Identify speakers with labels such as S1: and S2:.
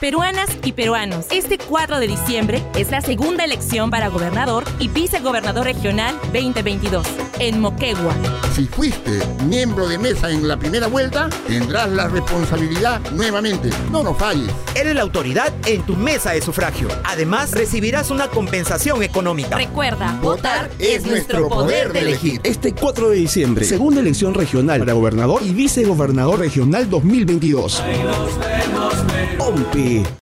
S1: Peruanas y peruanos, este 4 de diciembre es la segunda elección para gobernador y vicegobernador regional 2022 en Moquegua.
S2: Si fuiste miembro de mesa en la primera vuelta, tendrás la responsabilidad nuevamente. No nos falles.
S3: Eres la autoridad en tu mesa de sufragio. Además, recibirás una compensación económica.
S1: Recuerda, votar es nuestro poder de elegir.
S4: Este 4 de diciembre, segunda elección regional para gobernador y vicegobernador regional 2022. Pompe.